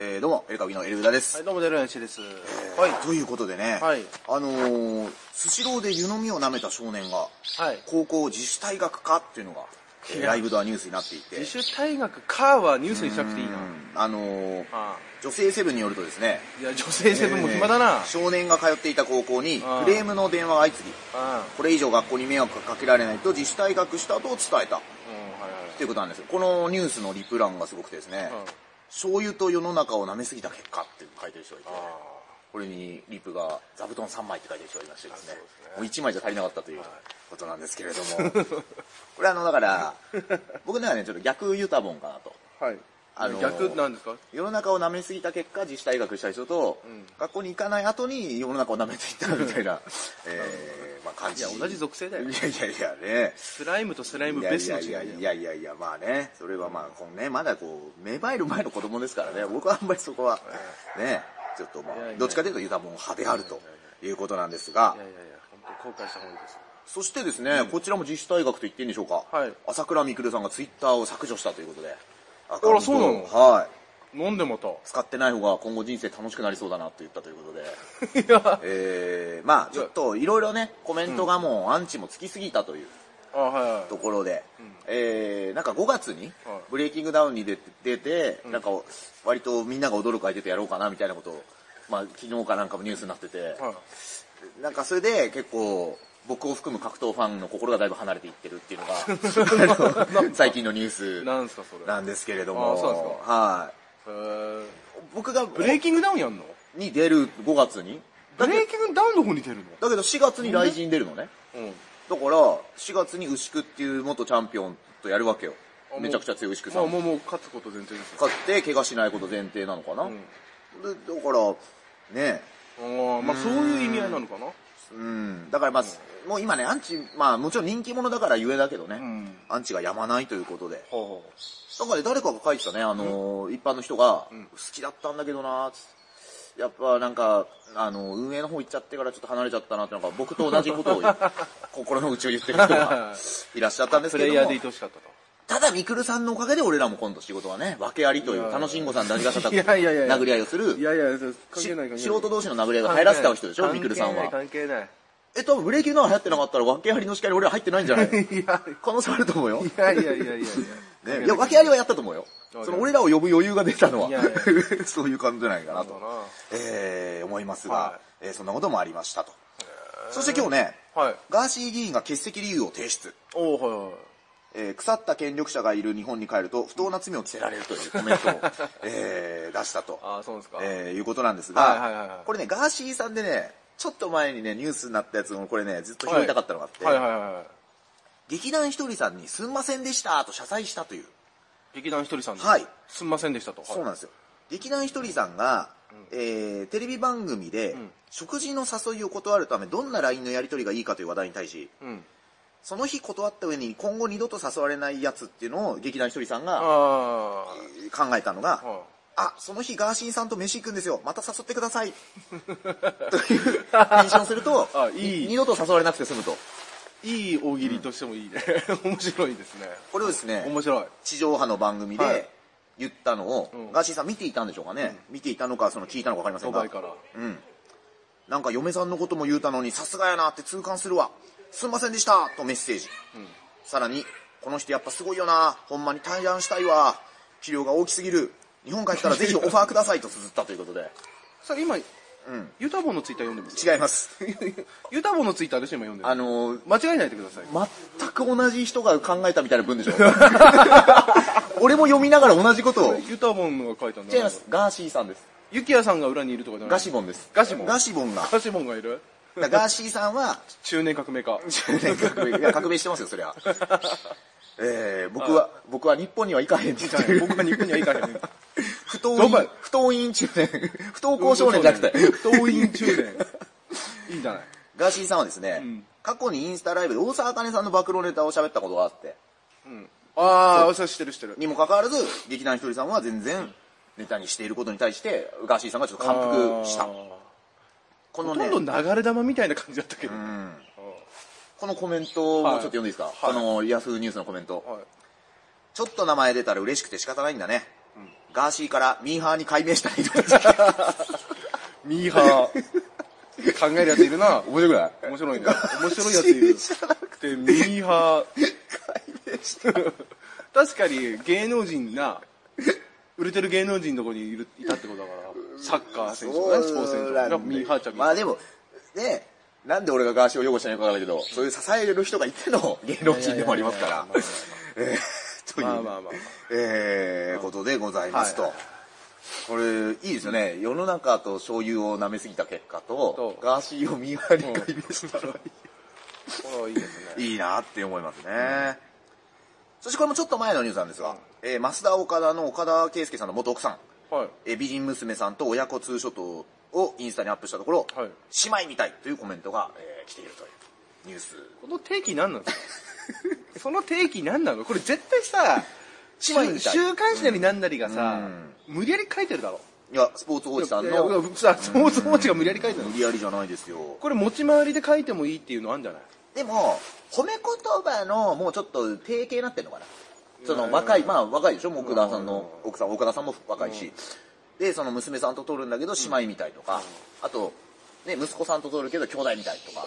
えー、どうも、エルカビのエルウダです。はい、どうも、デルヤンシです。ははいい。ということでね、はいあのー、スシローで湯飲みを舐めた少年が、はい。高校自主退学かっていうのが、えーいやライブドアニュースになっていて、自主退学かはニュースにしなくていいう。なんあのー、あ女性セブンによるとですね、あ。いや、女性セブンも暇だえなー。少年が通っていた高校に、あークレームの電話が相次ぎ、ああ。これ以上学校に迷惑がかけられないと自主退学したと伝えた。うん、はいということなんですよ。このニュースのリプ欄がすごくてですね、はい。うん。醤油と世の中を舐めすぎた結果って書いてる人がいて、あこれにリプが座布団3枚って書いてる人がいましてですねあそうですねもう1枚じゃ足りなかったということなんですけれども これあのだから僕の中でちょっと逆ユタボンかなとあ。はい。ああのの、逆なんですか世の中を舐めすぎた結果自主退学した人と、うん学校に行かない後に世の中を舐めていったみたい な、えーまあ、感いじや、同じ属性いだやいよ。やいやねスライムとスライムいやベいスやの違いいだやよいやいやいやまあねそれはまあこのねまだこう芽生える前の子供ですからね僕はあんまりそこはねちょっとまあいやいやいやどっちかというとユダも派であるということなんですがいやいやいや、本当後悔した方がいいです。そしてですねこちらも自主退学と言っていいんでしょうかはい朝倉未来さんがツイッターを削除したということであらそうなのはい飲んでまた。使ってない方が今後人生楽しくなりそうだなと言ったという ことでいや。えーまあちょっといろいろねコメントがもうアンチもつきすぎたというあ、はいはい。ところで、えーなんか5月にはい「ブレイキングダウン」に出て出て、なんか割とみんなが驚く相手とやろうかなみたいなことを、まあ、昨日かなんかもニュースになってて、はい。なんかそれで結構僕を含む格闘ファンの心がだいぶ離れていってるっていうのがあ の最近のニュースなんですか、それ。へなんですけれどもあそうなんですはいえ。僕がブレイキングダウンやんのに出る5月にブレイキングダウンの方に出るのだけど4月に来人出るのねうん。だから4月に牛久っていう元チャンピオンとやるわけよあもうめちゃくちゃ強い牛久さまあ、んもう、もう、勝つこと前提ですよ。買って怪我しないこと前提なのかな、うんでだからねああ、まあ、そういう意味合いなのかな。うんだからまあ、もう今ねアンチまあもちろん人気者だからゆえだけどね、んアンチがやまないということではだあ。からね誰かが書いてたねあのー、一般の人が、ん好きだったんだけどなーつやっぱなんかあの運営の方行っちゃってからちょっと離れちゃったなってなんか僕と同じこと を心の内を言ってる人がいらっしゃったんですプけレイどヤーもでいてほしかったと。ただみくるさんのおかげで俺らも今度仕事はね訳ありという楽しんごさんダジガサタいやいやいやいや殴り合いをするいやいや、関し係ない関係ない。素人同士の殴り合いが入らせた人でしょ、みくるさんは。関係ない。え、多分ブレーキングダウン流行ってなかったら、訳ありの司会に俺ら入ってないんじゃないいや、可能性あると思う よ。ね、いやいやいやいや。いや、訳ありはやったと思うよ。わかるその俺らを呼ぶ余裕が出たのは、いやいや そういう感じじゃないかあなとと、な。えー、思いますが、はえーそんなこともありましたと。そして今日ね、はい。ガーシー議員が欠席理由を提出。おおはいはい。えー腐った権力者がいる日本に帰ると不当な罪を着せられるというコメン トを、えー出したと。ああ、そうですか。えーいうことなんですが、はいはいはいはいこれね、ガーシーさんでね、ちょっと前にね、ニュースになったやつもこれね、ずっと拾いたかったのがあって、はいはいは劇団ひとりさんにすんませんでしたと謝罪したという。い。劇団ひとりさんです。はいすんませんでしたと。そうなんんですよ。劇団ひとりさんが、えーテレビ番組で、ん食事の誘いを断るためどんな LINE のやり取りがいいかという話題に対し、うん。その日断った上に今後二度と誘われないやつっていうのを劇団ひとりさんあがあ。はえー考えたのが、い。あ、その日ガーシーさんと飯行くんですよ。また誘ってください。 というメンションするとあ、いい二度と誘われなくて済むと。いい大喜利としてもいいね。 面白いですね。これをですね、面白い。地上波の番組はでい言ったのを、うんガーシーさん見ていたんでしょうかね。見ていたのか、その聞いたのかわかりませドんがバイ。から。うん。なんか嫁さんのことも言うたのに、さすがやなって痛感するわ。すんませんでしたとメッセージ。さらに、この人やっぱすごいよな。ほんまに対談したいわ。治療が大きすぎる。日本帰ったらぜひオファーくださいと綴ったということで。それ今、うん。ユタボンのツイッター読んでます違い ます。ユタボンのツイッターでしょ、今読んでる。あのー、間違えないでください。全く同じ人が考えたみたいな 文でしょ俺も読みながら同じことを。ユタボンのが書いたんだ。違います。ガーシーさんです。ユキヤさんが裏にいるとかじゃないガシボンです。ガシボンガシボンが。ガシモンがいるだからガーシーさんは、中年革命 家。 10年革命、いや、革命してますよ、そりゃ。 えー、僕は、僕は日本には行かへんって言ってる。僕が日本には行かへん。不当ど員こへ、不当員中年、 不登校少年じゃなくて。不当院中年。いいんじゃないガーシーさんはですね、ん過去にインスタライブで大沢あかねさんの暴露ネタを喋ったことがあって、うん。ああ、それ知ってる知ってる。にもかかわらず、劇団ひとりさんは全然ネタにしていることに対して、ガーシーさんがちょっと感服したあ。ーこのほね、とんど流れ玉みたいな感じだったけど。うんこのコメントをちょっと読んでいいですか、はいこのヤフーニュースのコメント。はいちょっと名前出たら嬉しくて仕方ないんだね。ガーシーからミーハーに改名 したいとミーハー。考えるやついるな。面白くない面白いね。 面白いやついる。で、ミーハー。確かに芸能人な、売れてる芸能人のとこにいるいたってことだから、サッカー選手とかね、スポーツ選手とかね、ミーハーちゃんミーまハあー。でも、ねなんで俺がガーシーを擁護したのかわからないけど、そういう支える人がいての芸能人でもありますから。 えーという、まあまあまあ。えーことでございますと。はいこれ、いいですよね。世の中と醤油を舐めすぎた結果と、とガーシーをミーハーに改名したらいい。これはいいですね。いいなって思いますね、そしてこれもちょっと前のニュースなんですが、えー増田岡田の岡田圭佑さんの元奥さん、はい。えー美人娘さんと親子ツーショットをインスタにアップしたところ、はい姉妹みたいというコメントが、えー来ているというニュースこの定義何なんですかその定義何なのこれ絶対さ、週姉妹みたい週刊誌なり何なりがさ、無理やり書いてるだろ。いやスポーツ王子さんいやいやの僕さ、スポーツ報知が無理やり書いてるの無。理やりじゃないですよこれ持ち回りで書いてもいいっていうのあるんじゃないでも褒め言葉のもうちょっと定型になってるのかなそいやのいや若いまあ若いでしょもう奥田さんの奥さん岡田さんも若いし、でその娘さんと撮るんだけど姉妹みたいとか、あと、ね、息子さんと撮るけど兄弟みたいとか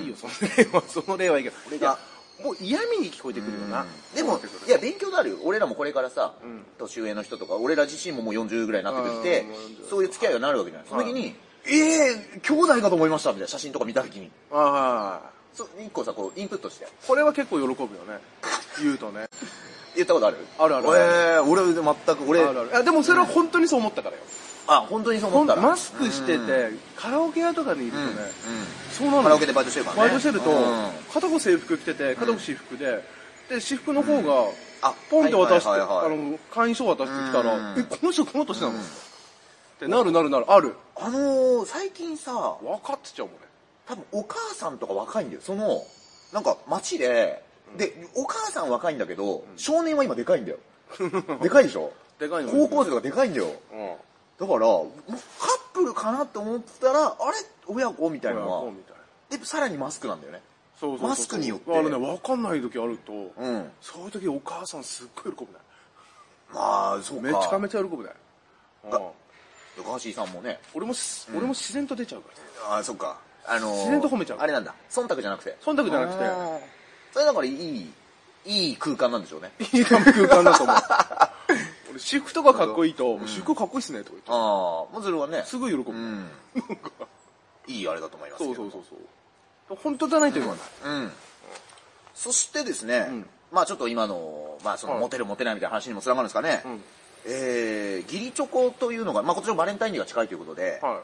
いいよ、その例は、その例はいいけど。俺いがや、もう嫌味に聞こえてくるよな。でもいや勉強になるよ俺らもこれからさ、年上の人とか俺ら自身ももう40ぐらいになってくってうんもう40そういう付き合いがなるわけじゃないその時に、はええー、兄弟かと思いましたみたいな写真とか見た時にああ、そう一個さこうインプットしてこれは結構喜ぶよね。言うとね。言ったことあるあるあるえー、俺全く俺あるある。あでもそれは本当にそう思ったからよ。あ、本当にそうほ思っんたら。マスクしてうん。うんて、カラオケ屋とかにいるとね、そうなのよカラオケでバイトしてるからね。バイトしてると、うん片方制服着てて、片方私服で、で、私服の方が、あポンって渡して、はいはいはいはいあの、会員証渡してきたら、うんえ、この人この年なの、ってなるなるなる、ある。あのー、最近さ、分かってちゃうもんね。多分お母さんとか若いんだよ。その、なんか街で、で、お母さん若いんだけど、少年は今でかいんだよ。 でかいでしょでかいの高校生とかでかいんだよ。うん。だから、もうカップルかなって思ったら、あれ親子みたいなのこはう。みたいな。で、さらにマスクなんだよね。そうそうそうマスクによってあのね、分かんない時あると、うん。そういう時お母さんすっごい喜ぶね。まあ、そうか。めちゃめちゃ喜ぶね。がうんガーシーさんもね。俺もす、俺も自然と出ちゃうから。あ、そっか。あのー、自然と褒めちゃうあれなんだ。忖度じゃなくて。忖度じゃなくて、あーそれだからいい、いい空間なんでしょうね。いい空間だ と思う。俺、私服とかかっこいいと、私服かっこいいっすね、とか言って。ああ、まずそれはね、すぐ喜ぶ。うん。いいあれだと思いますけそど。うそうそうそう。本当じゃないと言わない。うん。そしてですね、んまあちょっと今の、まあその、はいモテるモテないみたいな話にもつながるんですかね。んえー、義理チョコというのが、まあ今年のバレンタインデーが近いということで、は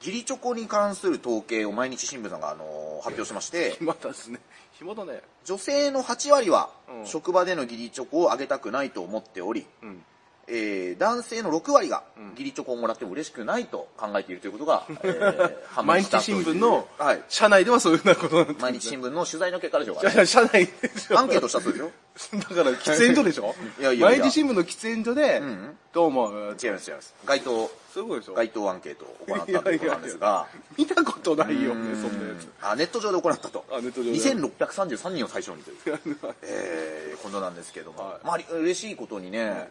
義理チョコに関する統計を毎日新聞さんが、あのー発表してましてい。、暇だですね。暇だね。女性の8割は、うん職場での義理チョコをあげたくないと思っており、うん。えー男性の6割が義理チョコをもらっても嬉しくないと考えているということが、え ー判明毎した日という新聞のはい、社内ではそういうようなことになって毎日新聞の取材の結果でしょうか聞。ね いや社内でしょアンケートしたそうですよだから、喫煙所でしょいやいやいや毎日新聞の喫煙所でん、どうも、違います違います街頭そういうことでしょ街頭アンケートを行ったということなんですが見たことないよね、そんなやつ。あネット上で行ったとあネット上で2633人を対象にと いう、えー、ことなんですけども、はいまああり嬉しいことにね、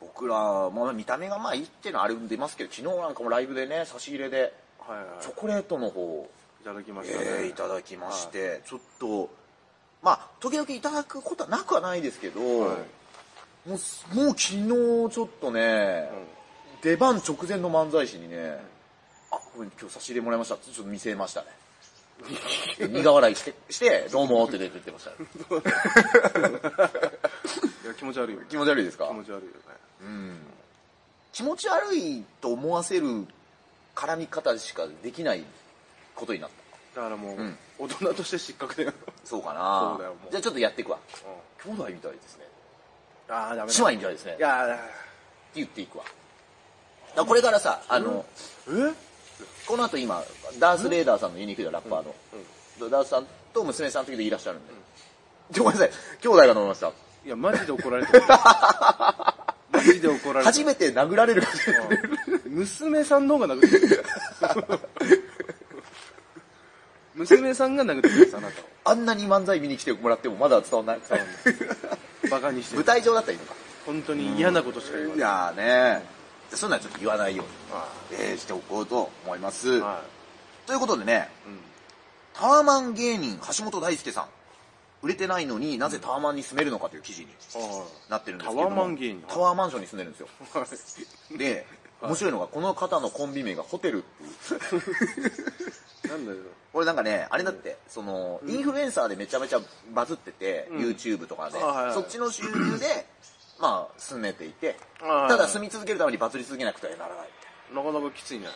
僕ら、まあ、見た目がまあいいっていうのはあれ出ますけど昨日なんかもライブでね差し入れではいはい。チョコレートの方をいただきましたえーね。いただきまして、ちょっとまあ時々いただくことはなくはないですけど、はいもうすもう昨日ちょっとね、出番直前の漫才師にね、あごめん今日差し入れもらいましたってちょっと見せましたね 苦笑いしてして「どうも」って出てってま したいや、気持ち悪いよ。気持ち悪いですか気持ち悪いよね。気持ち悪いと思わせる絡み方しかできないことになっただからもう、ん大人として失格だよ。そうかなそうだよもうじゃあちょっとやっていくわ、兄弟みたいですねああ、ダメ姉妹みたいですねいやって言っていくわだからこれからさあの、ー、えこの後今ダース・レーダーさんのユニークでラッパーの、ダースさんと娘さんの時でいらっしゃるんで、でごめんなさい兄弟が飲みましたいや、マジで怒られて る。マジで怒られてる。初めて殴られるかもしれないうん娘さんの方が殴ってる。娘さんが殴ってるんです、あなたを。あんなに漫才見に来てもらってもまだ伝わんないバカにして舞る。台上だったらいいのか本当に嫌なことしか言わいない。やーねじゃあそんなんちょっと言わないよはうに、えーしておこうと思いまいす。はということでね、い。うん。タワマン芸人橋本大輔さん。売れてないのになぜタワマンに住めるのかという記事にはなってるんですけどもタワマン芸人タワーマンションに住んでるんですよ。い。で、面白いのがこの方のコンビ名がホテルっていう。なんだよ。これなんかね、あれだって、その、インフルエンサーでめちゃめちゃバズってて、ん YouTube とかであはいは、いそっちの収入で、まあ、住めていて、あはいはいただ住み続けるためにバズり続けなくてはならない。なかなかきついね。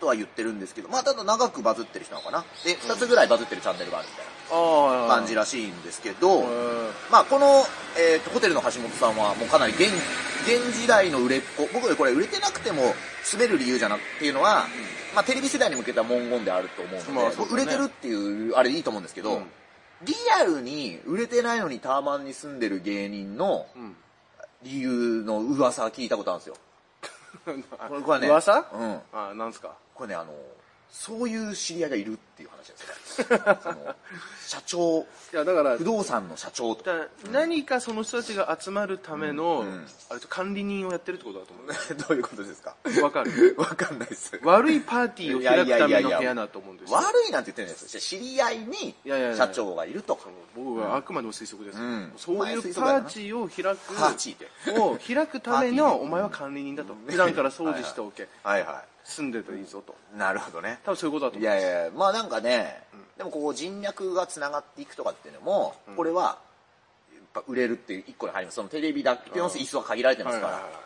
とは言ってるんですけど、まあ、ただ長くバズってる人なのかな。で、2つぐらいバズってるチャンネルがあるみたいああ、な感じらしいんですけど、うんまあ、この、えーと、ホテルの橋本さんは、もうかなり現、現時代の売れっ子、僕これ売れてなくても滑る理由じゃなくっていうのは、まあ、テレビ世代に向けた文言であると思うので、まあそうですね売れてるっていう、あれいいと思うんですけど、うんリアルに売れてないのにターマンに住んでる芸人のうん。理由の噂聞いたことあるんですよ。これこれね。噂うん。あ、なんすかこれね、あの、そういう知り合いがいるっていう話ですから。そ の社長、いや、だから、不動産の社長とか。だ何かその人たちが集まるための、うんあれと管理人をやってるってことだと思うね どういうことですか わか るわかんないです。悪悪いパーティーを開くための部屋だと思うんですよいなんて言ってるんですよ。知り合いにいやいやいや社長がいるとか。僕はあくまでも推測です、うんそういうパーティーを開くパーチーって。を開くためのパーティーお前は管理人だと普段から掃除しておけはいは住んでたらいいぞとい。なるほどね。多分そういうことだとい思うやいやいや、まあなんかね、でもこう人脈がつながっていくとかっていうのも、これは、やっぱ売れるっていう一個に入ります。そのテレビだけの椅子は限られてますかはいはいらはい。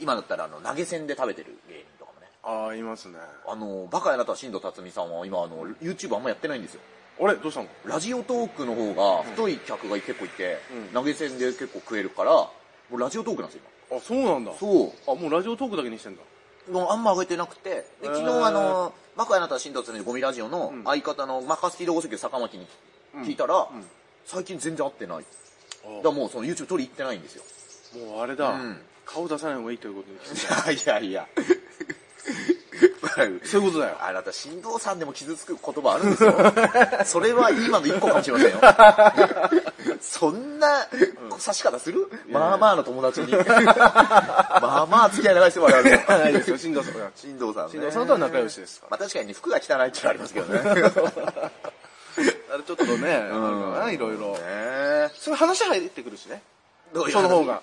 今だったらあの投げ銭で食べてる芸人とかもね。ああいますねあの、バカやなとは新藤辰巳さんは今あの、YouTube あんまやってないんですよ。あれどうしたのラジオトークの方が太い客が結構いて、うん投げ銭で結構食えるから、もうラジオトークなんですよ、あそうなんだ今。そあもうラジオトークだけにしてんだう。もうあんま上げてなくて、で昨へー日あの、バカやなとは新藤辰巳のゴミラジオのん相方のマカスキードゴセキの坂巻に聞いたら、ん最近全然会ってない。あだーからもうその YouTube 撮り行ってないんですよ。もうあれだ、うん顔出さない方がいいということに気づいいやいやいや。たそういう ことだよ あなた、新藤さんでも傷つく言葉あるんです よ。それは今の一個かもしれませんよ。 そんな、刺し方するまあまあの友達に。 まあまあ付き合い長いですよ、我々も。ないですよ、新藤さん。新藤さんね。新藤さんとは仲良しですかまあ確かにね、服が汚いってのはありますけどね。ら。あれちょっとね、あるかな、いろいろね。えそういう話入ってくるしね。 どういう話その方が。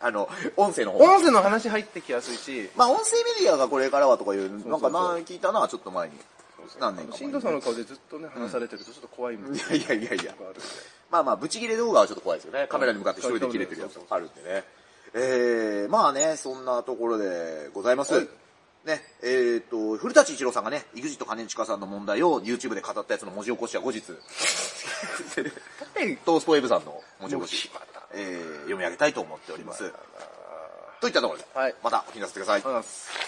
あの、音声の方が。音声の話入ってきやすいし、まあ音声メディアがこれからはとかいう、なんかなそうそう聞いたな、ちょっと前に。何年か前新に藤さんの顔でずっとね、話されてるとちょっと怖いもん。いやいやいやいや。まあまあ、ブチギレ動画はちょっと怖いですよね。カメラに向かって一人で切れてるやつあるんでね。えー、まあね、そんなところでございます。はいね、えー、と、古舘一郎さんがね、EXIT 兼近さんの問題を YouTube で語ったやつの文字起こしは後 日、トースポウェブさんの文字起こし、えー、読み上げたいと思っております。といったところで、はいまたお聞きなさってください。ありがとうございます